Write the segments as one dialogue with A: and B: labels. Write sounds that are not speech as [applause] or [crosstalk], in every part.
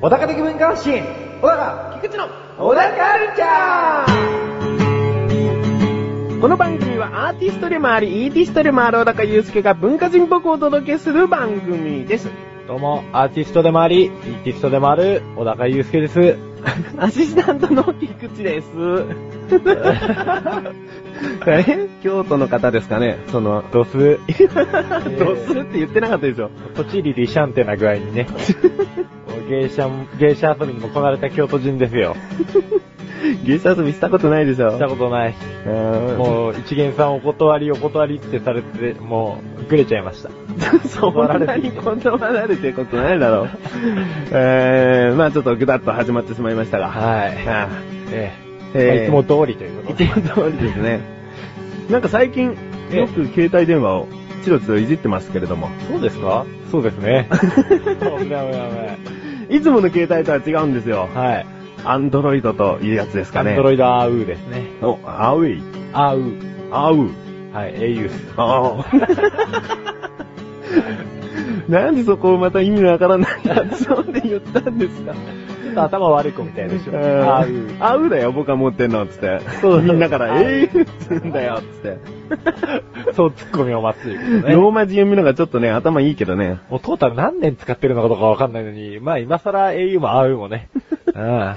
A: 小高的文化発信小高菊池の小高カルチャー
B: この番組はアーティストでもあり、イーティストでもある小高祐介が文化人っぽくお届けする番組です。
A: どうも、アーティストでもあり、イーティストでもある、小高祐介です。
B: アシスタントの菊池です。 [laughs]
A: え京都の方ですかねその、ドス、
B: どうするって言ってなかったでしょ。
A: 栃木リシャンテな具合にね。芸者、芸者遊びにもこなれた京都人ですよ。
B: 芸者遊びしたことないでしょ
A: したことない。
B: も
A: もう、一元さんお断りお断りってされて、もう、ぐれちゃいました。
B: う、そんなに断られてることないだろう。えー、まあちょっとぐだっと始まってしまいましたが。
A: は
B: ああ
A: いええ。まあ
B: えー
A: いつも通りということ
B: 一
A: で。
B: 応通りですね。なんか最近、
A: ええ
B: よく携帯電話をチロチロいじってますけれども、
A: そうですかそうですね。危ない危ない
B: [laughs] いつもの携帯とは違うんですよ
A: 危。ない。はい。
B: アンドロイドというやつですか
A: ア
B: ね。
A: ンドロイドアウーですね。
B: お、アウェイ。
A: アウー。
B: アウ。
A: はい、英雄っす。
B: あ
A: [laughs]
B: あ。なんでそこをまた意味のわからない発音で言ったんですか
A: ちょっと頭悪い子みたいでしょ。アウー。
B: あうだよ、僕は持ってんの、つって。
A: そう
B: みんなから、
A: あう
B: ええー、つうんだよ、つって。
A: [laughs] そう、ツッコミを待つということね。
B: ローマ字読みのがちょっとね、頭いいけどね。
A: もうトータル何年使ってるのかとかわかんないのに、まあ今更 au も au も
B: [laughs]
A: ね。ああ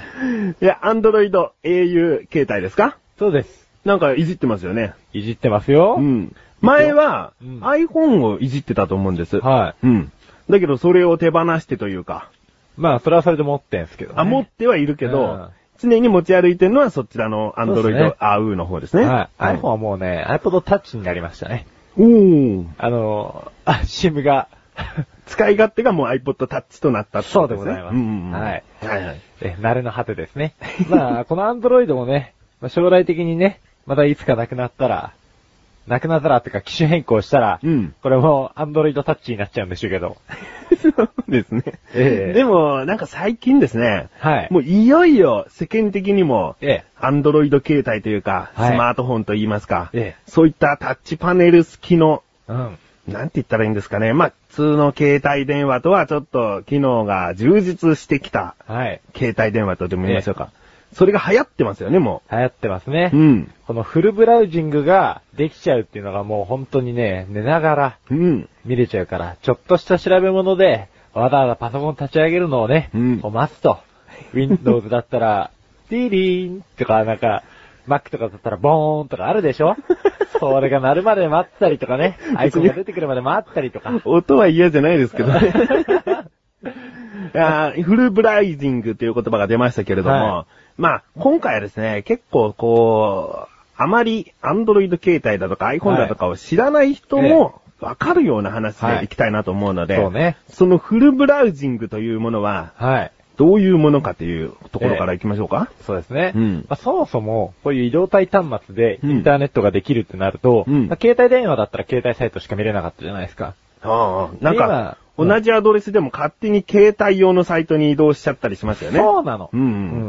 B: いや、アンドロイド au 携帯ですか
A: そうです。
B: なんかいじってますよね。
A: いじってますよ。
B: うん。前は、
A: うん
B: iPhone をいじってたと思うんです。
A: は
B: うん。だけど、それを手放してというか、
A: い。まあそれはそれで持ってんすけど、ね。
B: あ、持ってはいるけ
A: う
B: ど
A: ん、
B: 常に持ち歩いてるのはそちらの
A: そうですね
B: Android、あうの方ですね。
A: はい。iPhone はもうね、iPod Touch になりましたね。
B: おー。
A: あの、あ、SIM が。
B: 使い勝手がもう iPod Touch となったってことですね。
A: そうでございます
B: うんうんうん
A: はい
B: はいはい。
A: え、慣れの果てですね。まあ、このアンドロイドもね、まあ、将来的にね、またいつかなくなったら、なくなったらっていうか機種変更したら、
B: うん [laughs]
A: これもアンドロイドタッチになっちゃうんでしょうけど。
B: そうですね。
A: ええ
B: でも、なんか最近ですね、
A: はい。
B: もういよいよ世間的にも、
A: ええ。
B: アンドロイド携帯というか、
A: はい
B: スマートフォンといいますか、
A: ええ
B: そういったタッチパネル付きの、
A: うん。
B: なんて言ったらいいんですかね。まあ、普通の携帯電話とはちょっと機能が充実してきた
A: はい。
B: 携帯電話とでも言いましょうか。それが流行ってますよね、も
A: 流行ってますね。
B: う。うん。
A: このフルブラウジングができちゃうっていうのがもう本当にね、寝ながら
B: うん。
A: 見れちゃうから、ちょっとした調べ物で、わざわざパソコン立ち上げるのをね、
B: うん
A: こ待つと。Windows だった
B: [laughs]
A: ら、ディリーンとか、なんか、Mac とかだったら、ボーンとかあるでし
B: [laughs]
A: ょそれが鳴るまで待ったりとかね、アイコンが出てくるまで待ったりとか。
B: 音 [laughs] は嫌じゃないですけどね。 [laughs] あーフルブライジングという言葉が出ましたけれども、
A: は
B: まあ、今回はですね、結構こう、あまり Android 携帯だとか iPhone だとかを知らない人もわかるような話でいきたいなと思うので、
A: そうね。
B: そのフルブラウジングというものは、
A: はい。
B: どういうものかというところからいきましょうか。
A: そうですね。
B: うん
A: まあ、そもそも、こういう移動体端末で
B: うん
A: インターネットができるってなると、
B: うん
A: まあ、携帯電話だったら携帯サイトしか見れなかったじゃないですか。
B: ああなんか、
A: 今
B: 同じアドレスでも勝手に携帯用のサイトに移動しちゃったりしますよね。
A: そうなの。
B: うんう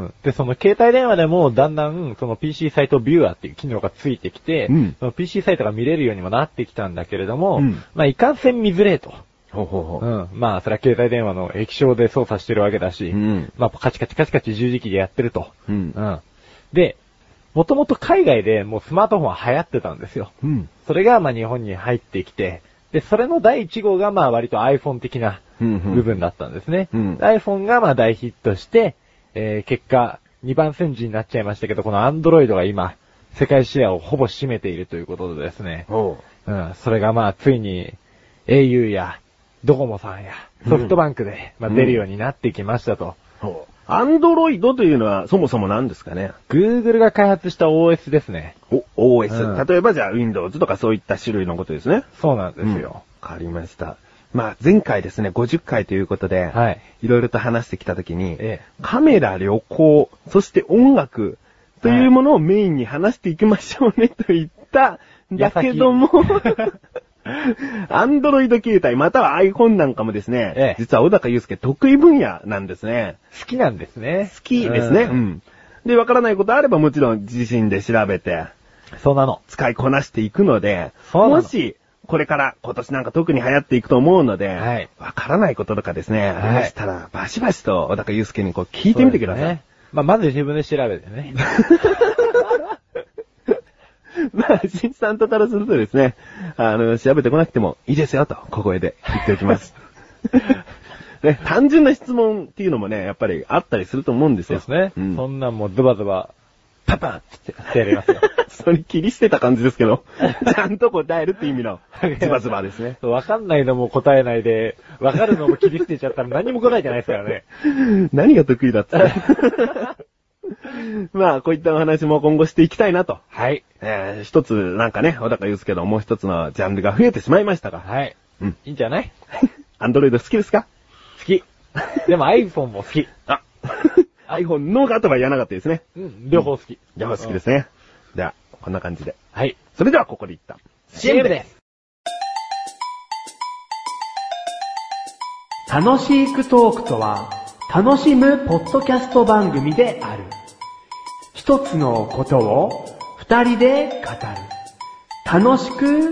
B: ん
A: で、その携帯電話でもだんだん、その PC サイトビューアーっていう機能がついてきて、
B: うん
A: その PC サイトが見れるようにもなってきたんだけれども、
B: うん
A: まあ、いかんせん見づれえと。
B: ほうほうほう
A: うん。まあ、それは携帯電話の液晶で操作してるわけだし、
B: うん
A: まあ、カチカチカチカチ十字キーでやってると。
B: うん
A: うん。で、もともと海外でもうスマートフォンは流行ってたんですよ。
B: うん。
A: それがまあ日本に入ってきて、で、それの第1号がまあ割と iPhone 的な
B: うんうん
A: 部分だったんですね。
B: うん
A: iPhone がまあ大ヒットして、えー、結果2番戦時になっちゃいましたけど、この Android が今、世界シェアをほぼ占めているということでですね。
B: おう
A: うん、それがまあついに au やドコモさんやソフトバンクで、まあ出るようになってきましたと。
B: アンドロイドというのはそもそも何ですかね
A: Google が開発した OS ですね。
B: お ?OS、
A: うん
B: 例えばじゃあ Windows とかそういった種類のことですね。
A: そうなんです
B: わ
A: よ。
B: かりました。まあ前回ですね、50回ということで、
A: はい。
B: いろいろと話してきたときに、
A: ええ
B: カメラ、旅行、そして音楽というものをメインに話していきましょうねと言った、だけども、 [laughs] アンドロイド携帯または iPhone なんかもですね、
A: ええ
B: 実は小高祐介得意分野なんですね。
A: 好きなんですね。
B: 好きですね。
A: う
B: うんん。で、わからないことあればもちろん自身で調べて、
A: そうなの。
B: 使いこなしていくので、
A: そうなの
B: もし、これから今年なんか特に流行っていくと思うので、わ、
A: はい
B: からないこととかですね、
A: はい
B: ありましたら、バシバシと小高祐介にこう聞いてみてください。
A: そうですね。まあ、まず自分で調べてね。
B: [laughs] まあ、新さんとからするとですね、あの、調べてこなくてもいいですよと、小声で言っておき
A: [laughs]
B: ます。ね、単純な質問っていうのもね、やっぱりあったりすると思うんです
A: そう
B: よ。
A: ですね。
B: ん
A: そんなんもうドバドバ、パパンって言ってやりますよ。
B: [laughs]
A: [laughs]
B: それ切り捨てた感じですけど、ちゃんと答えるって意味の、ズバズバですね。
A: そうわかんないのも答えないで、わかるのも切り捨てちゃったら何も答えてないですか
B: [laughs]
A: らね。
B: 何が得意だっつって。 [laughs] まあ、こういったお話も今後していきたいなと。
A: はい。
B: えー、一つなんかね、小高祐介のもう一つのジャンルが増えてしまいました [laughs] が。
A: はい。
B: うん。
A: いいんじゃない
B: アンドロイド好きですか
A: 好き。でも iPhone も好き。
B: あ、iPhone [laughs] の方があった場合言わなかったですね。
A: うん、両方好き。。
B: やば好きですすね。じゃあ、こんな感じで。
A: はい。
B: それではここで一旦。
A: CM です。
C: 楽しいクトークとは、楽しむポッドキャスト番組である。一つのことを二人で語る。楽しく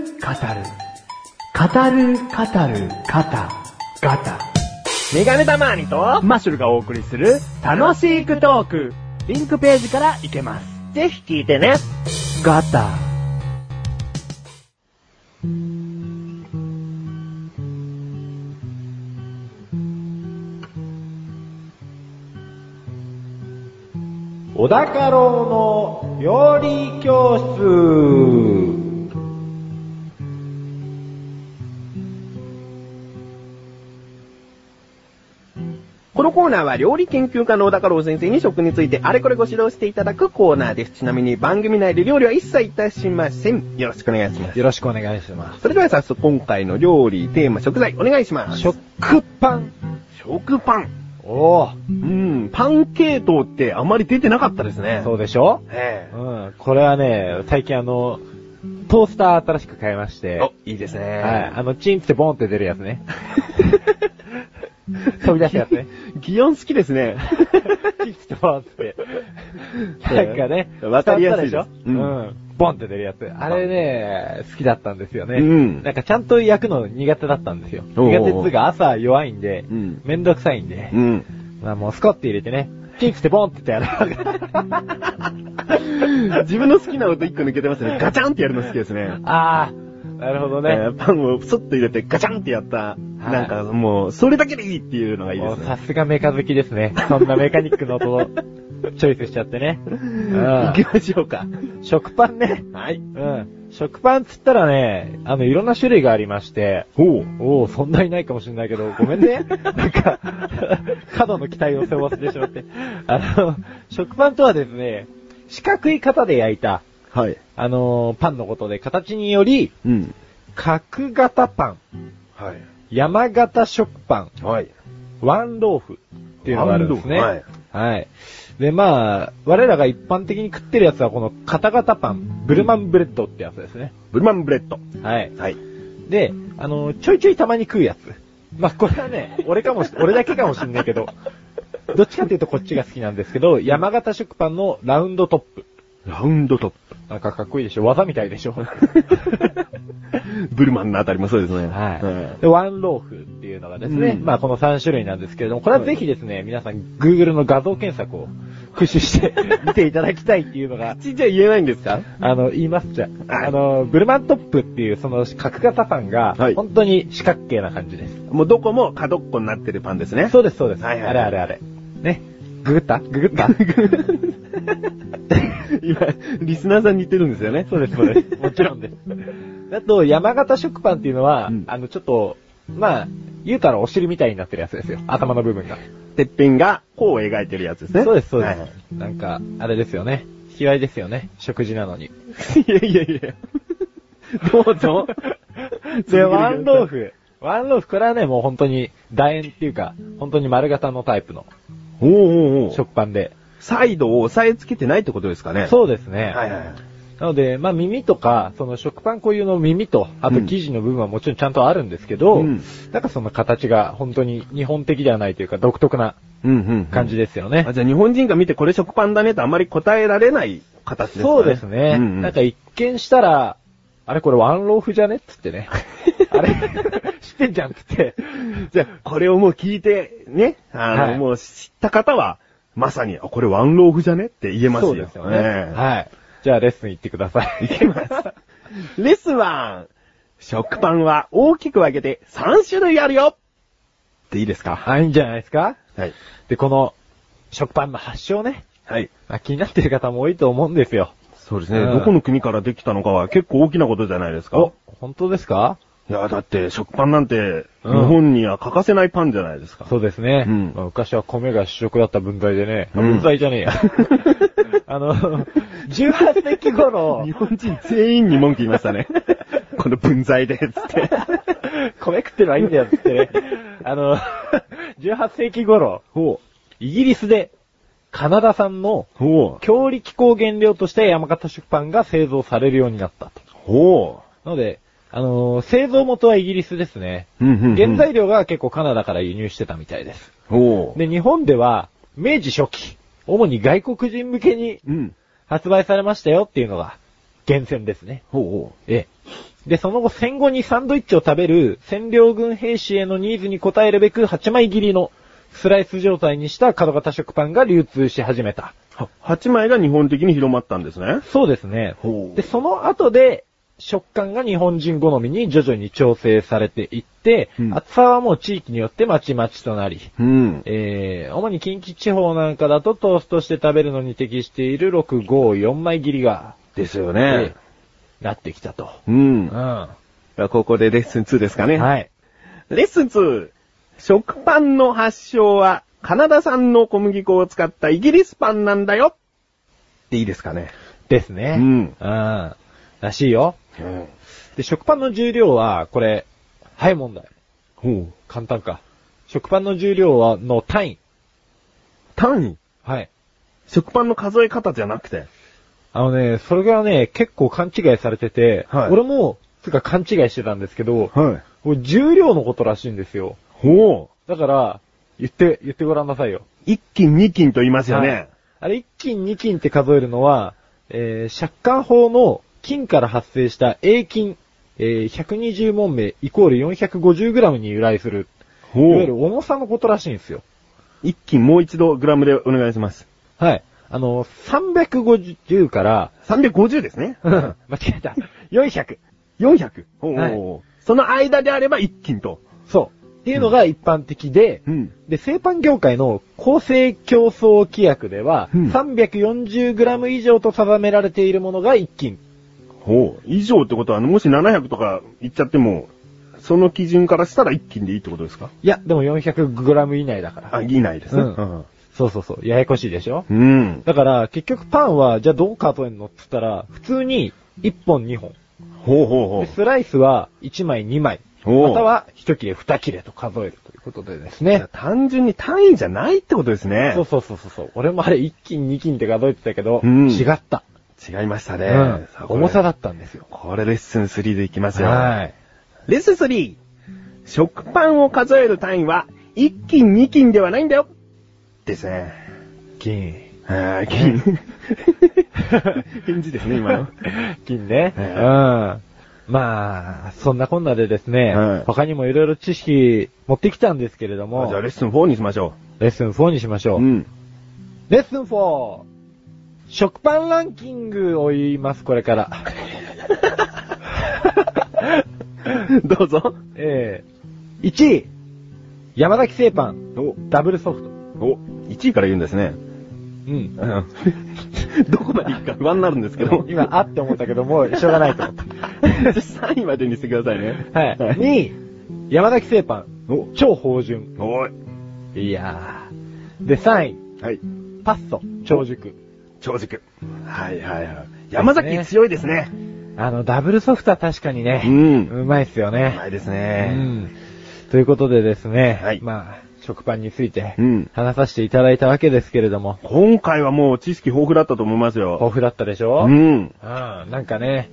C: 語る。語る、語る、語る、ガタ。
B: メガネたまーにと、
C: マッシュルがお送りする、楽しいクトーク。リンクページから行けます。
B: ぜひ聞いてね。
C: ガタ。
A: 小高郎の料理教室。
B: このコーナーは料理研究家の小高郎先生に食についてあれこれご指導していただくコーナーです。ちなみに番組内で料理は一切いたしません。よろしくお願いします。
A: よろしくお願いしま。
B: それでは早速今回の料理、テーマ、食材、お願いしますす。
A: 食パン。
B: 食パン。
A: おお、
B: うん、パン系統ってあまり出てなかったですね。
A: そうでしょ
B: ええ
A: うん、これはね、最近あの、トースター新しく買いまして、
B: お、いいですね。
A: はい、あの、チンってボンって出るや
B: [laughs]
A: つね。飛び出したやつね。
B: 擬音好きですね。 [laughs]
A: チンってボンって。なんかね、
B: わかりやすいです
A: 伝わった
B: う
A: でしょ、うんん、ボンって出るやつ。あれね、好きだったんですよね。
B: うん
A: なんかちゃんと焼くの苦手だったんですよ。
B: おうおう
A: 苦手っつうか朝弱いんで、
B: うん
A: めんどくさいんで、
B: うん。
A: まあもうスコって入れてね、チンってボンってやる。
B: [laughs] 自分の好きな音一個抜けてますね。ガチャンってやるの好きですね。
A: あー、なるほどね。
B: えーパンをスッと入れてガチャンってやった。なんかもう、それだけでいいっていうのがいいです
A: もうさ
B: ね。
A: すがメカ好きですね。そんなメカニックの音をチョイスしちゃってね。うん
B: 行きましょうか。
A: 食パンね。
B: はい。
A: うん。食パンっつったらね、あの、いろんな種類がありまして、
B: ほう。
A: おおそんないないかもしれないけど、ごめんね。なんか、過度の期待を背負わせてしまって。あの、食パンとはですね、四角い型で焼いた、
B: はい。
A: あのパンのことで、形により、
B: うん。
A: 角型パン、
B: はい。
A: 山型食パン、
B: はい。
A: ワンローフっていうのがあるんですね。
B: ワンロー
A: はい。で、まあ、我らが一般的に食ってるやつはこの片型パン、ブルマンブレッドってやつですね。
B: ブルマンブレッド。
A: はい。
B: はい。
A: で、あの、ちょいちょいたまに食うやつ。まあ、これは
B: [laughs]
A: ね、俺かもし、俺だけかもしんないけど、どっちかっていうとこっちが好きなんですけど、山形食パンのラウンドトップ。
B: ラウンドトッ
A: なんかかっこいいでしょ技みたいでしょ
B: プ。 [laughs] ブルマンのあたりもそうですね。
A: はい。で、ワンローフっていうのがですね、
B: うん
A: まあこの3種類なんですけれども、これはぜひですね、皆さん Google の画像検索を駆
B: [laughs]
A: 使して見ていただきたいっていうのが
B: い。、ちっちゃい言えないんですか
A: あの、言いますじゃ
B: は
A: あ。
B: い
A: あの、ブルマントップっていうその角型パンが
B: はい、
A: 本当に四角形な感じです。
B: もうどこも角っこになってるパンですね。
A: そうです、そうです。
B: はいはい
A: あれあれあれ。ね。ググったググった
B: [laughs] [laughs] 今、リスナーさんに言ってるんですよね。
A: そうです、そう
B: [laughs]
A: です。もちろんです。あと、山形食パンっていうのは、
B: うん
A: あの、ちょっと、まあ、言うたらお尻みたいになってるやつですよ。頭の部分が。
B: てっぺんが、こう描いてるやつですね。
A: そうです、そうで
B: はい
A: す。なんか、あれですよね。卑猥ですよね。食事なのに。
B: いやいやいや。 [laughs] どう
A: [laughs]
B: ぞ。
A: で、ワンロ
B: フ。
A: ーフ。ワンローフ、これはね、もう本当に、楕円っていうか、本当に丸型のタイプの
B: おうおうおう
A: 食パンで。
B: サイドを押さえつけてないってことですかね。
A: そうですね。
B: はいはいはい。
A: なので、まあ耳とか、その食パン固有の耳と、あと生地の部分はもちろんちゃんとあるんですけど、
B: うん
A: なんかその形が本当に日本的ではないというか独特な
B: うんうん
A: 感じですよね。
B: あじゃあ日本人が見てこれ食パンだねとあまり答えられない形ですかね。
A: そうですね。
B: うんうん
A: なんか一見したら、あれこれワンローフじゃねっつっ
B: [laughs]
A: てね。あれ知ってんじゃんっつって。
B: じゃあこれをもう聞いて、ね、あの、
A: はい
B: もう知った方は、まさに、あこれワンローフじゃねって言えますよ。
A: そうですよね。はい。じゃあレッスン行ってください。
B: いきます。レッスン1。食パンは大きく分けて3種類あるよっていいですか
A: はい、いいんじゃないですか
B: はい。
A: で、この、食パンの発祥ね。
B: はい。
A: まあ、気になってる方も多いと思うんですよ。
B: そうです
A: ね
B: どこの国からできたのかは結構大きなことじゃないですか
A: お、本当ですか
B: いや、だって食パンなんて、日
A: うん
B: 本には欠かせないパンじゃないですか。
A: そうですね。
B: うん
A: まあ昔は米が主食だった分際でね。あ
B: うん
A: 分際じ
B: [laughs]
A: ゃねえや。あの、18世
B: [laughs]
A: 紀頃
B: 日、本人全員に文句言いました
A: [laughs]
B: ね。この分際で、つって。
A: 米食ってればいいんだよっつってね。 [laughs] あの、18世紀頃、
B: ほ
A: イギリスで、カナダ産の
B: う。ほう。
A: 強力粉を原料として山形食パンが製造されるようになったと。
B: ほ
A: なので、あのー製造元はイギリスですね。
B: う。うんうんうん
A: 原材料が結構カナダから輸入してたみたいです。
B: ほう。
A: で、日本では、明治初期、主に外国人向けに
B: うん。
A: 発売されましたよっていうのが、厳選ですね。
B: ほうほ
A: ええ。で、その後戦後にサンドイッチを食べる占領軍兵士へのニーズに応えるべく8枚切りのスライス状態にした角型食パンが流通し始めた。
B: う。は、8枚が日本的に広まったんですね。
A: そうですね。
B: ほう
A: で、その後で、食感が日本人好みに徐々に調整されていって、
B: うん
A: 厚さはもう地域によってまちまちとなり、
B: うん。
A: えー、主に近畿地方なんかだとトーストして食べるのに適している6、5、4枚切りが、
B: ですよ
A: えーなってきたと。
B: うん。
A: うん。
B: ではここでレッスン2ですかね。
A: はい。
B: レッスン 2! 食パンの発祥は、カナダ産の小麦粉を使ったイギリスパンなんだよっていいですかね。
A: ですね。
B: うん
A: うん。らしいよ。
B: うん。
A: で、食パンの重量は、これ、はい問題。
B: ほう。
A: 簡単か。食パンの重量は、の単位。
B: 単位
A: はい。
B: 食パンの数え方じゃなくて。
A: あのね、それがね、結構勘違いされてて、
B: はい
A: 俺も、つうか勘違いしてたんですけど、
B: はい。
A: これ重量のことらしいんですよ。
B: ほう。
A: だから、言って、言ってごらんなさいよ。
B: 一斤二斤と言いますよね。
A: はいあれ、1斤2斤って数えるのは、えー、借款法の金から発生した英金、えー、120問名イコール 450g に由来する、い
B: ほ
A: わゆる重さのことらしいんですよ。
B: 一斤もう一度グラムでお願いします。
A: はい。あの、350から、
B: 350です [laughs] ね。
A: [laughs] 間違えた。400。
B: 400。ほう
A: はい
B: その間であれば一斤と。
A: そう。っていうのが一般的で、
B: うん。
A: で、製パン業界の公正競争規約では、
B: うん
A: 340g 以上と定められているものが1斤。
B: ほう。以上ってことは、もし700とか言っちゃっても、その基準からしたら一斤でいいってことですか
A: いや、でも 400g 以内だから。
B: あ、いないですね。
A: うんそうそうそう。ややこしいでしょ
B: うん。
A: だから、結局パンは、じゃあどう数えんのって言ったら、普通に1本2本。
B: ほうほう
A: でスライスは1枚2枚。
B: ほう。
A: または1切れ2切れと数えるということでです
B: いや、
A: ね。
B: 単純に単位じゃないってことですね。
A: そうそうそうそう。俺もあれ1斤2斤って数えてたけど、
B: うん
A: 違った、
B: 違いましたね。
A: うん
B: さあ
A: 重さ。だったんですよ。
B: これこれレッスン3でいきますよ。
A: はい。
B: レッスン 3! 食パンを数える単位は、一斤二斤ではないんだよですね。
A: [laughs] 金。
B: あー、金。 [laughs] 返事ですね、今 [laughs] の。
A: 金ね。
B: ええ
A: うん。まあ、そんなこんなでですね、
B: はい
A: 他にもいろいろ知識持ってきたんですけれども
B: じゃあ、レッスン4にしましょ
A: レッスン4にしましょ
B: う。
A: う。
B: ん。
A: レッスン 4! 食パンランキングを言います、これから。
B: [laughs] どうぞ。
A: えー、1位、山崎製パン、
B: お、
A: ダブルソフト。
B: お、1位から言うんですね。
A: うん。
B: [laughs] どこまで行くか不安になるんですけど。
A: [laughs]
B: [laughs]
A: 今、あって思ったけど、もうしょうがないと思っ
B: 3位までにしてくださいね。
A: た。 [laughs] はい。2位、山崎製パン、
B: お、
A: 超芳醇。
B: おい。
A: いやー。で、3位、
B: はい。
A: パッソ、超熟。
B: 長熟。はいはいはい。山崎強いですね。
A: あの、ダブルソフトは確かにね、
B: うん
A: うまいっすよ
B: う
A: ね。
B: まいです
A: う
B: ね。
A: ん。ということでですね、
B: はい
A: まあ、食パンについて
B: うん、
A: 話させていただいたわけですけれども、
B: 今回はもう知識豊富だったと思いますよ。
A: 豊富だったでしょ
B: うん。
A: うん、なんかね、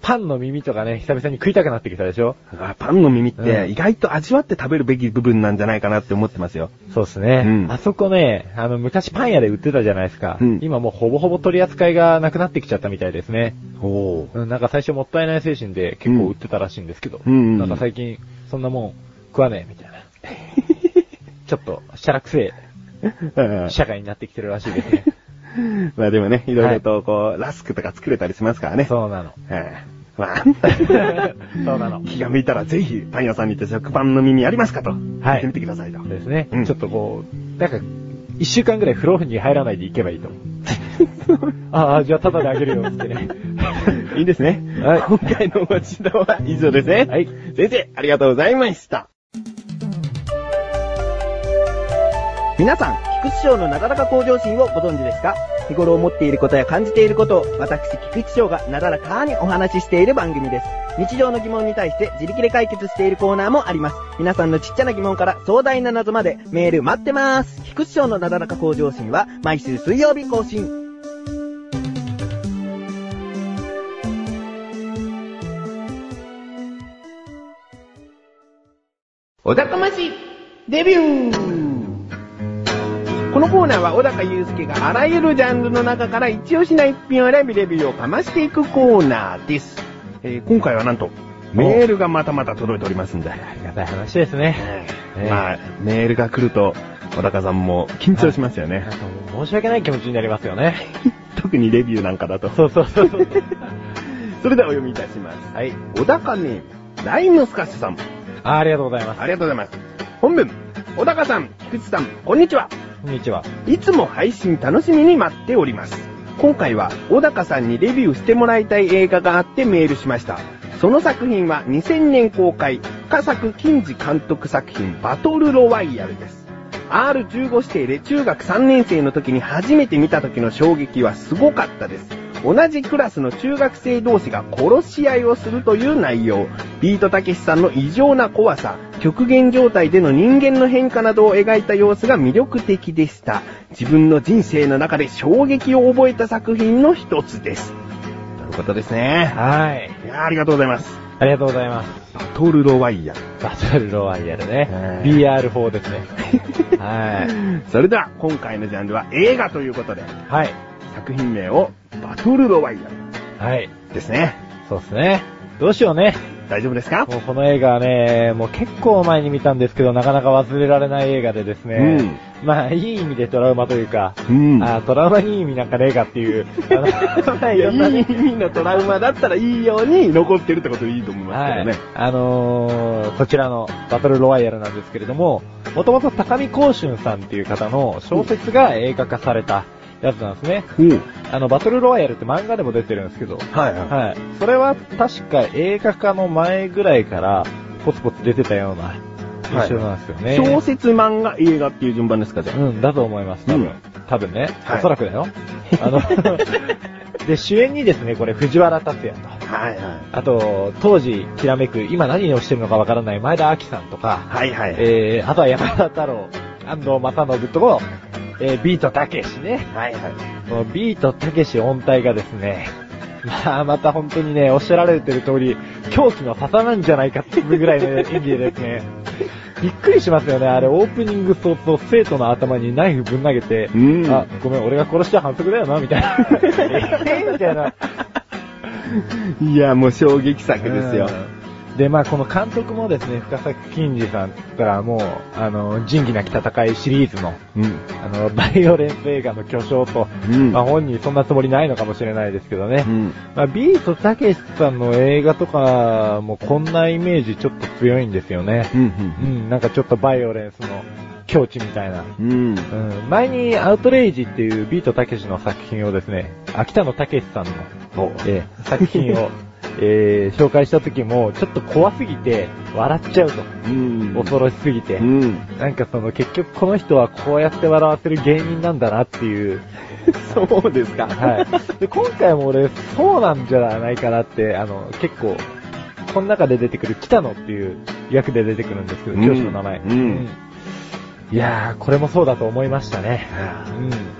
A: パンの耳とかね、久々に食いたくなってきたでしょ
B: あパンの耳っ
A: う
B: て
A: ん
B: 意外と味わって食べるべき部分なんじゃないかなって思ってますよ。
A: そうですね、
B: うん
A: あそこね、あの、昔パン屋で売ってたじゃないですか。
B: うん
A: 今もうほぼほぼ取り扱いがなくなってきちゃったみたいですね。
B: お
A: うん、なんか最初もったいない精神で結構売ってたらしいんですけど、
B: うんうんうん
A: なんか最近、そんなもん食わねえみ
B: [laughs]
A: たいな。ちょっと、しゃらくせえ社会になってきてるらしいですね。
B: まあでもね、いろいろとこう、ラスクとか作れたりしますからね。
A: そ
B: [laughs]
A: うなの。
B: ええまあ、あんた [laughs]
A: そうなの。
B: 気が向いたらぜひパン屋さんに行って食パンの耳ありますかと。
A: はい
B: 聞いてみてくださいと。
A: ですね、
B: うん
A: ちょっとこう、なんか、一週間ぐらい不老不に入らないでいけばいいと [laughs] 思う。ああ、じゃあタダであげるよってね。 [laughs]
B: いいですね。
A: はい
B: 今回のご指導は以上ですね。
A: はい
B: 先生、ありがとうございました。
D: 皆さん、菊池賞のなだらか向上心をご存知ですか日頃思っていることや感じていることを、私、菊池賞がなだらかにお話ししている番組です。日常の疑問に対して自力で解決しているコーナーもあります。皆さんのちっちゃな疑問から壮大な謎までメール待ってます。菊池賞のなだらか向上心は毎週水曜日更新。
E: お高ましデビュー
B: このコーナーは小高祐介があらゆるジャンルの中から一押しな一品を選びレビューをかましていくコーナーです。えー今回はなんと、メールがまたまた届いておりますんで。
A: ありがたい話ですね。
B: え
A: え
B: ーまあ、メールが来ると、小高さんも緊張しますよね
A: なん。かもう申し訳ない気持ちになりますよね。
B: 特にレビューなんかだと。
A: そうそうそ
B: [laughs]
A: うそう。
B: それではお読みいたします。
A: はい。
B: 小高ね、ライムスカッシュさん。
A: あありがとうございます。
B: ありがとうございます。本文、小高さん、菊池さん、こんにちは。
A: こんにちは。
B: いつも配信楽しみに待っております。今回は小高さんにレビューしてもらいたい映画があってメールしました。その作品は2000年公開、深作金次監督作品バトルロワイヤルです。R15 指定で中学3年生の時に初めて見た時の衝撃はすごかったです。同じクラスの中学生同士が殺し合いをするという内容。ビートたけしさんの異常な怖さ、極限状態での人間の変化などを描いた様子が魅力的でした。自分の人生の中で衝撃を覚えた作品の一つです。ということですね。
A: はい。
B: いやーありがとうございます。
A: ありがとうございます。
B: バトルロワイヤル。
A: バトルロワイヤルね
B: え。ー
A: BR4 ですね。 [laughs] は
B: それでは今回のジャンルは映画ということで、
A: い。はい。
B: 作品名をバトルロワイヤル
A: はい。
B: ですね。
A: そうですね。どうしようね。
B: 大丈夫ですか
A: もうこの映画はね、もう結構前に見たんですけど、なかなか忘れられない映画でですね、まあ、いい意味でトラウマというか、
B: うん
A: あートラウマにいい意味なんかねえかって
B: [laughs]
A: いう、あのまあ
B: い
A: い
B: や
A: ろんない
B: い意
A: ね
B: 味のトラウマだったらいいように残ってるってことでいいと思いますけ
A: は
B: ど
A: い
B: ね。。
A: あのー、こちらのバトルロワイヤルなんですけれども、もともと高見光春さんっていう方の小説が映画化されたやつなんですね。
B: うん。
A: あの、バトルロワイヤルって漫画でも出てるんですけど、
B: はいは
A: はい。それは確か映画化の前ぐらいから、ポツポツ出てたような印象なんですよね。
B: 小説、漫画、映画っていう順番ですか、じゃ
A: うん、だと思います、多分。
B: うん
A: 多分ね。
B: はい
A: おそらくだ
B: [laughs]
A: よ。あの、で、主演にですね、これ、藤原達也と。
B: あ。はいはい。
A: あと、当時、きらめく、今何をしてるのかわからない前田亜紀さんとか、
B: はいはい。
A: えー、あとは山田太郎、安藤正信と、えー、ビートたけしね。
B: はいはい。
A: このビートたけし音体がですね、まあ、また本当にね、おっしゃられてる通り、狂気の沙汰なんじゃないかっていうぐらいの
B: [laughs]
A: 演技でですね、びっくりしますよね。あれ、オープニング早々、生徒の頭にナイフぶん投げて、
B: うん
A: あ、ごめん、俺が殺した反則だよな、みたい
B: [laughs]
A: な。えーみたいな。
B: いや、もう衝撃作ですよ。
A: うんで、まあ、この監督もですね、深作金次さんって言ったらもう、あの、仁義なき戦いシリーズの、
B: うん。
A: あの、バイオレンス映画の巨匠と、
B: うん
A: まあ、本人そんなつもりないのかもしれないですけどね。
B: うん。
A: まあ、ビートたけしさんの映画とかもこんなイメージちょっと強いんですよね
B: う。。
A: うんん、なんかちょっとバイオレンスの境地みたいな。
B: うん。
A: うん、前にアウトレイジっていうビートたけしの作品をですね、秋田のたけしさんの、えー作品を、 [laughs] えー紹介した時も、ちょっと怖すぎて、笑っちゃうと。
B: うん。
A: 恐ろしすぎて。
B: うん。
A: なんかその結局この人はこうやって笑わせる芸人なんだなっていう。
B: そうですか。
A: はい。で、今回も俺、そうなんじゃないかなって、あの、結構、この中で出てくる北野っていう役で出てくるんですけど、
B: うん
A: 教師の名前。
B: うん
A: いやー、これもそうだと思いましたね。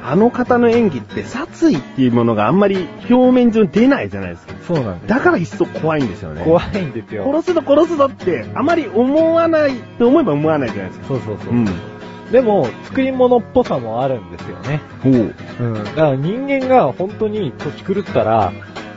A: うん。
B: あの方の演技って殺意っていうものがあんまり表面上出ないじゃないですか。
A: そうなんです。
B: だから一層怖いんですよね。
A: 怖いんですよ。
B: 殺すぞ殺すぞって、あまり思わないと思えば思わないじゃないですか。
A: そうそうそう。
B: うん。
A: でも、作り物っぽさもあるんですよね。
B: ほう。
A: うん。だから人間が本当に年狂ったら、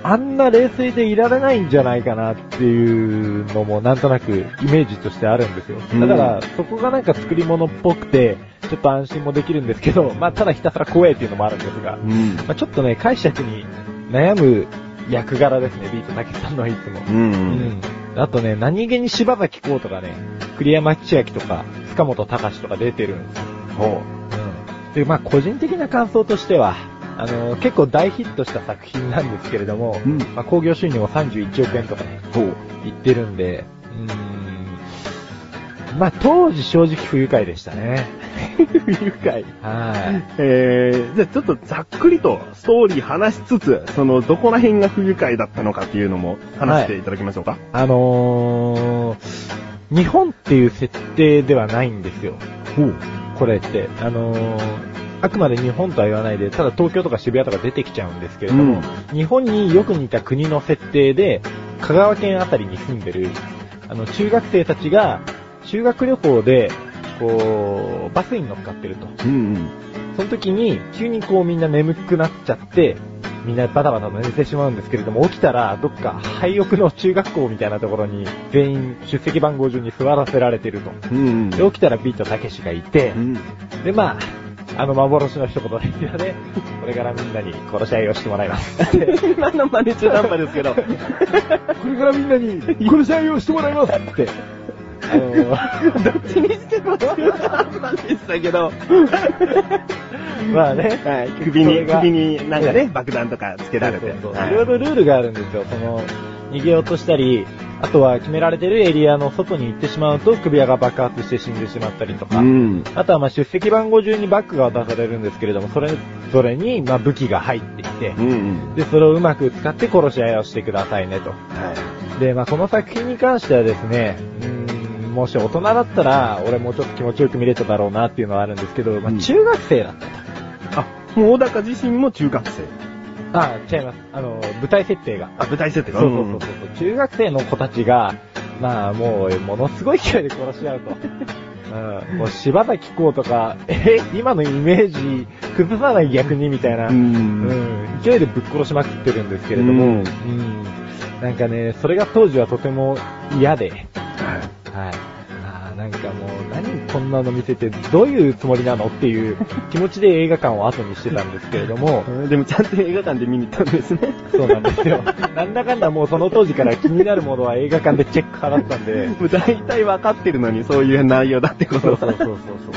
A: あんな冷静でいられないんじゃないかなっていうのもなんとなくイメージとしてあるんですよ。
B: うん
A: だから、そこがなんか作り物っぽくて、ちょっと安心もできるんですけど、まあただひたすら怖いっていうのもあるんですが、
B: うん。
A: まあちょっとね、解釈に悩む役柄ですね、ビートたけしさんのはいつも。
B: うん。
A: あとね、何気に柴崎ウとかね、栗山千明とか、塚本隆とか出てるんですよ。
B: ほ
A: で、まあ個人的な感想としては、あの、結構大ヒットした作品なんですけれども、
B: うん
A: まあ興行収入も31億円とかね、
B: う。ほう。
A: いってるんで、うーん、まあ当時正直不愉快でした
B: [laughs]
A: ね。
B: [laughs] 愉快。
A: はい。
B: えー、じゃあちょっとざっくりとストーリー話しつつ、そのどこら辺が不愉快だったのかっていうのも話していただきましょうか。
A: あのー、日本っていう設定ではないんですよ。
B: ほう。
A: これって。あのーあくまで日本とは言わないで、ただ東京とか渋谷とか出てきちゃうんですけれども、日本によく似た国の設定で、香川県あたりに住んでる、あの、中学生たちが、修学旅行で、こう、バスに乗っかってると。
B: うん
A: その時に、急にこうみんな眠くなっちゃって、みんなバタバタと寝てしまうんですけれども、起きたら、どっか、廃屋の中学校みたいなところに、全員出席番号順に座らせられてると。
B: うん。うん
A: で、起きたらビートたけしがいて、
B: うん。
A: で、まあ、あの幻の一言で言うね、これからみんなに殺し合いをしてもらいます。
B: 今の真似中段波ですけ [laughs] ど。
A: これからみんなに [laughs] 殺し合いをしてもらいますって。あの
B: どっちにしても中段波でしたけど。
A: まあね、
B: はい、首に、首になんか
A: え
B: ね、 [laughs]
A: え
B: 爆弾とかつけられて。
A: そうそうそう
B: はい
A: いろいろルールがあるんですよ。その、逃げようとしたり、あとは決められてるエリアの外に行ってしまうと首輪が爆発して死んでしまったりとか、
B: うん。
A: あとはまあ出席番号順にバッグが渡されるんですけれども、それぞれにまあ武器が入ってきて
B: う、ん。
A: で、それをうまく使って殺し合いをしてくださいねと。
B: は
A: で、まあ、この作品に関してはですね、うーん、もし大人だったら、俺もうちょっと気持ちよく見れただろうなっていうのはあるんですけど、まあ、
B: うん
A: 中学生だった。
B: い。あ、もう小高自身も中学生。
A: あ、違います。あの、舞台設定が。
B: あ、舞台設定
A: そ
B: か。
A: うそうそうそう、中学生の子たちが、まあ、もう、ものすごい勢いで殺し合うと。うん、もう柴崎公とか、え、今のイメージ崩さない逆にみたいな、
B: う。
A: うんん、勢いでぶっ殺しまくってるんですけれども、
B: も、
A: うん、なんかね、それが当時はとても嫌で、
B: はい
A: はい。あーなんかもう、何こんなの見せて、どういうつもりなのっていう気持ちで映画館を後にしてたんですけれど [laughs] も、
B: うんでもちゃんと映画館で見に行ったんですね。 [laughs]
A: そうなんです [laughs] よ。なんだかんだもうその当時から気になるものは映画館でチェック払ったんで、
B: もう大体わかってるのにそういう内容だってこ
A: そ
B: と
A: うそうそうそうそう。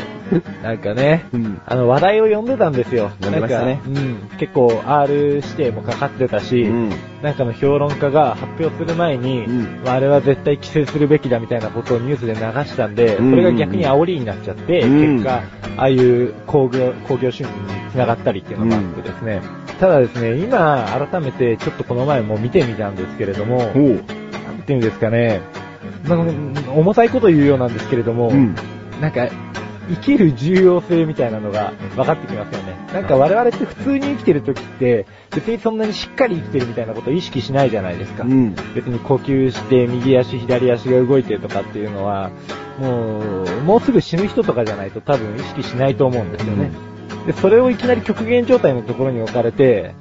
A: なんかね、
B: うん。
A: あの話題を読んでたんですよ。
B: 読んでましたね
A: なんかうん、結構 R 指定もかかってたし、
B: うん。
A: なんかの評論家が発表する前に、
B: うん
A: まあ、あれは絶対規制するべきだみたいなことをニュースで流したんで、
B: うん
A: それが逆に煽りになっちゃって、
B: うん
A: 結果、ああいう工業、工業収入につながったりっていうのがあってですね、ただですね、今、改めてちょっとこの前も見てみたんですけれども、なん
B: おう。
A: ていうんですかね、なんか重たいこと言うようなんですけれども、
B: うん。
A: なんか、生きる重要性みたいなのが分かってきますよね。なんか我々って普通に生きてる時って、別にそんなにしっかり生きてるみたいなことを意識しないじゃないですか。
B: うん。
A: 別に呼吸して右足左足が動いてとかっていうのは、もう、もうすぐ死ぬ人とかじゃないと多分意識しないと思うんですよね。で、それをいきなり極限状態のところに置かれて、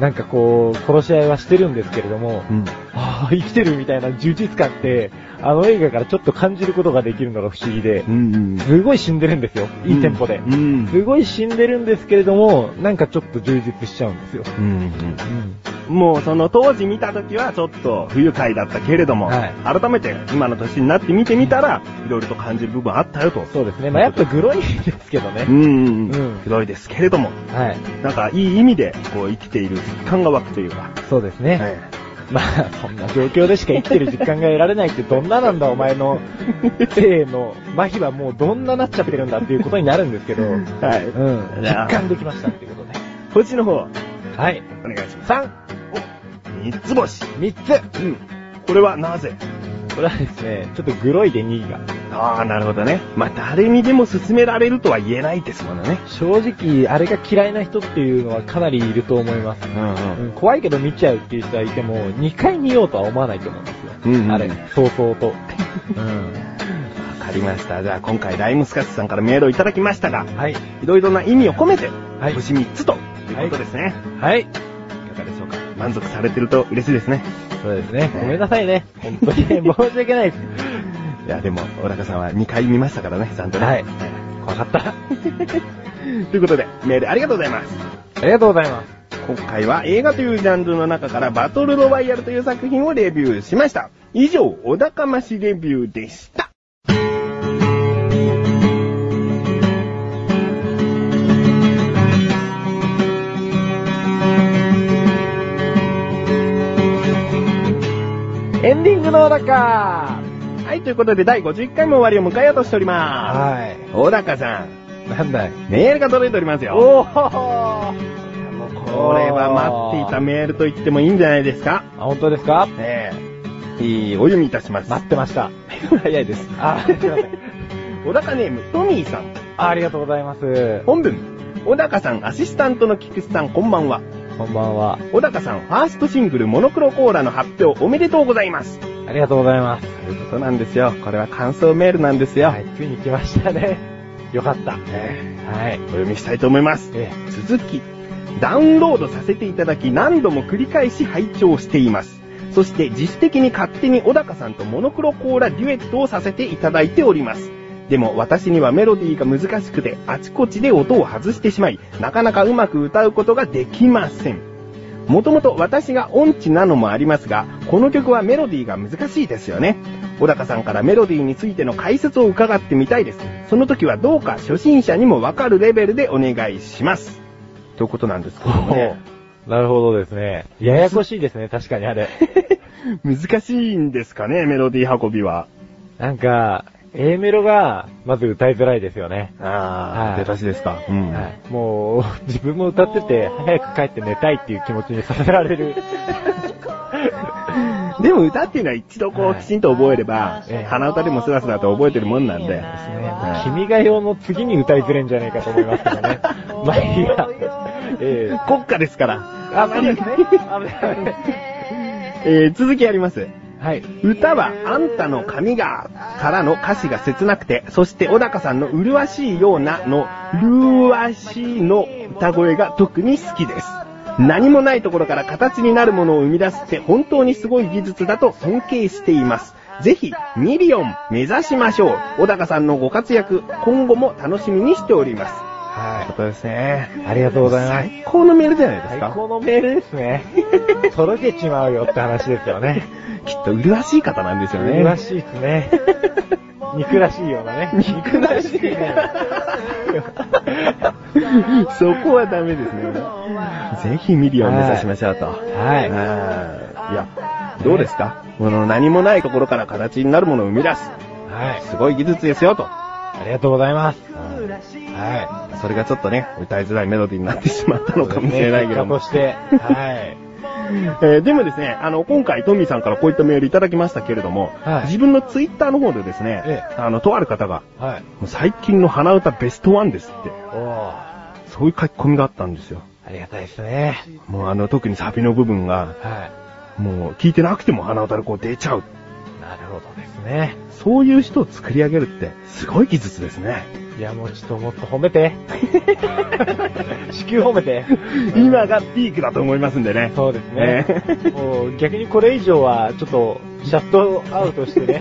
A: なんかこう、殺し合いはしてるんですけれども、
B: うん。
A: ああ、 [laughs] 生きてるみたいな充実感って、あの映画からちょっと感じることができるのが不思議で、
B: うん。
A: すごい死んでるんですよ。いいテンポで
B: う。ん。
A: すごい死んでるんですけれども、なんかちょっと充実しちゃうんですよ。
B: うん。もうその当時見た時はちょっと不愉快だったけれども、
A: はい
B: 改めて今の年になって見てみたら、いろいろと感じる部分あったよと。
A: そうですね。まあやっぱグロいですけどね
B: う。んうんう
A: うん
B: ん。広いですけれども、
A: はい。
B: なんかいい意味でこう生きている実感が湧くというか。
A: そうですね。
B: はい
A: まあ、そんな状況でしか生きてる実感が得られないってどんななんだお前の性の麻痺はもうどんななっちゃってるんだっていうことになるんですけど、うん。
B: はい。じゃあ
A: 実感できましたっていうことで。
B: 星の方、お
A: はい。
B: 願いします。
A: 3、
B: 三つ星。
A: 3つ。
B: うん。これはなぜ
A: これはですね、ちょっとグロいで2位が。
B: あああ、なるほどね。まあ、誰にでも勧められるとは言えないですものね。
A: 正直、あれが嫌いな人っていうのはかなりいると思います。
B: うんうん。
A: うん怖いけど見ちゃうっていう人はいても、2回見ようとは思わないと思うんですよ。
B: うんうん
A: あれ、そうそうと。うん
B: わかりました。じゃあ今回、ライムスカッツさんからメールをいただきましたが、
A: はい。
B: いろいろな意味を込めて、
A: はい
B: 星3つということですね。
A: はい。
B: いかがでしょうか満足されてると嬉しいですね。
A: そうですね。ごめんなさいね。本 [laughs] 当に申し訳ないです。
B: いや、でも、小高さんは2回見ましたからね、ちゃんとね。
A: はい。怖かった。
B: [laughs] ということで、メールありがとうございます。
A: ありがとうございます。
B: 今回は映画というジャンルの中からバトルロワイヤルという作品をレビューしました。以上、小高ましレビューでした。
A: エンディングの中
B: はい、ということで第51回も終わりを迎えようとしておりま
A: は
B: す。小高さん、
A: い。なんだい。
B: メールが届いておりますよ。
A: おー
B: これは待っていたメールと言ってもいいんじゃないですか。
A: あ、本当ですか
B: ええいいお読みいたします。
A: 待ってました。
B: 早いです。
A: あ、すいません。
B: 小高ネーム、トミーさん。
A: [laughs] あありがとうございます。
B: 本文。小高さん、アシスタントの菊池さん、こんばんは。
A: こんばんは。
B: 小高さん、ファーストシングル、モノクロコーラの発表、おめでとうございます。と
A: ありがとうございます。
B: いうことなんですよ。これは感想メールなんですよ。
A: はい、ついに来ましたね。 [laughs] よかった。
B: え
A: は
B: え。
A: い
B: お読みしたいと思います。
A: え
B: 続き、ダウンロードさせていただき、何度も繰り返し拝聴しています。そして、自主的に勝手に小高さんとモノクロコーラデュエットをさせていただいております。でも私にはメロディーが難しくて、あちこちで音を外してしまい、なかなかうまく歌うことができません。もともと私が音痴なのもありますが、この曲はメロディーが難しいですよね。小高さんからメロディーについての解説を伺ってみたいです。その時はどうか初心者にもわかるレベルでお願いします。ということなんですけどもね。
A: え。なるほどですね。ややこしいですね、確かにあ [laughs] れ。
B: [laughs] 難しいんですかね、メロディー運びは。
A: なんか、A メロが、まず歌いづらいですよね。
B: あ
A: はい
B: 出だしですか。うん
A: はい。もう、自分も歌ってて、早く帰って寝たいっていう気持ちにさせられる。
B: でも歌っていうのは一度こう
A: はい
B: きちんと覚えれば、
A: ええ
B: 鼻歌でもスラスラと覚えてるもんなんで。
A: ね君が用の次に歌いづれんじゃないかと思いますけどね。まあいいや。ええ
B: 国家ですから。
A: あ、そうですね。あ危ない
B: えー続きあります。
A: はい。
B: 歌はあんたの髪がからの歌詞が切なくて、そして小高さんの麗しいようなの、麗しいの歌声が特に好きです。何もないところから形になるものを生み出すって本当にすごい技術だと尊敬しています。ぜひ、ミリオン目指しましょう。小高さんのご活躍、今後も楽しみにしております。
A: は
B: とですね。
A: い。ありがとうございます。
B: 最高のメールじゃないです
A: 最
B: か。
A: 高のメールです
B: [laughs]
A: ね。とろけちまうよって話ですよね。
B: きっと麗しい方なんですよね。
A: らしいですね。肉らしいようなね。肉らしいね。
B: [laughs] そこはダメです [laughs] ね。ぜひミリオン目指しましょうと。
A: は
B: うんい
A: い。
B: や、どうですかこの何もないところから形になるものを生み出す。
A: はい。
B: すごい技術ですよと。
A: ありがとうございます。
B: はそれがちょっとね、歌いづらいメロディーになってしまった
A: い。
B: のかもしれないけども
A: 結。果として、はい。
B: えーでもですね、あの、今回トミーさんからこういったメールいただきましたけれども、
A: はい
B: 自分のツイッターの方でですね、
A: え
B: あの、とある方が、
A: はい。
B: もう最近の鼻歌ベストワンですって、
A: おー。あ
B: そういう書き込みがあったんですよ。
A: りがたいですね。
B: もうあの、特にサビの部分が、
A: は
B: もう聞いてなくても鼻歌でこう出ちゃう。
A: い。なるほどですね。
B: そういう人を作り上げるって、すごい技術ですね。
A: いや、もうちょっともっと褒
B: [laughs]
A: めて。至急褒めて。
B: 今がピークだと思いますんでね。
A: そうですね
B: ね。
A: もう逆にこれ以上は、ちょっと、シャットアウトして [laughs] ね。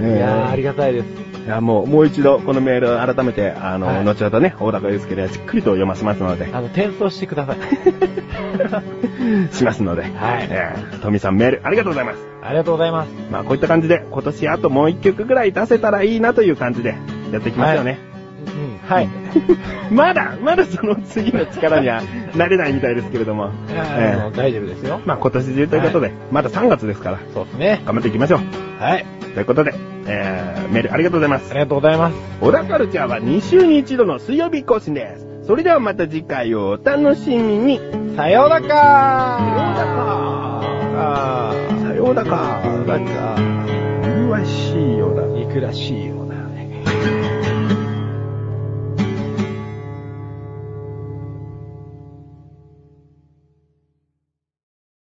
A: いやー、ありがたいです。
B: いやもう、もう一度、このメールを改めて、あの、
A: はい
B: 後ほどね、大高祐介でじっくりと読ませますの
A: [laughs]
B: で、
A: あの、転送してくださ [laughs] い。
B: しますので、
A: はい
B: えートミさんメール、ありがとうございます。
A: ありがとうございます。
B: まあ、こういった感じで、今年あともう一曲ぐらい出せたらいいなという感じで、やっていきますよね。
A: うん、はい。
B: まだ、まだその次の力にはなれないみたいですけれども、
A: いや
B: え
A: あの大丈夫ですよ
B: ー。まあ、今年中ということで、まだ3月ですから、
A: そうですね。
B: 頑張っていきましょう。
A: はい。
B: ということで、えー、メールありがとうございま
A: あ
B: す。
A: りがとうございます。
B: 小田カルチャーは2週に1度の水曜日更新です。それではまた次回をお楽しみに。
A: さような
B: さ
A: ら
B: ようなら。さようなら。
A: か
B: うわ
F: しいようだ。
B: 行くらしいよ。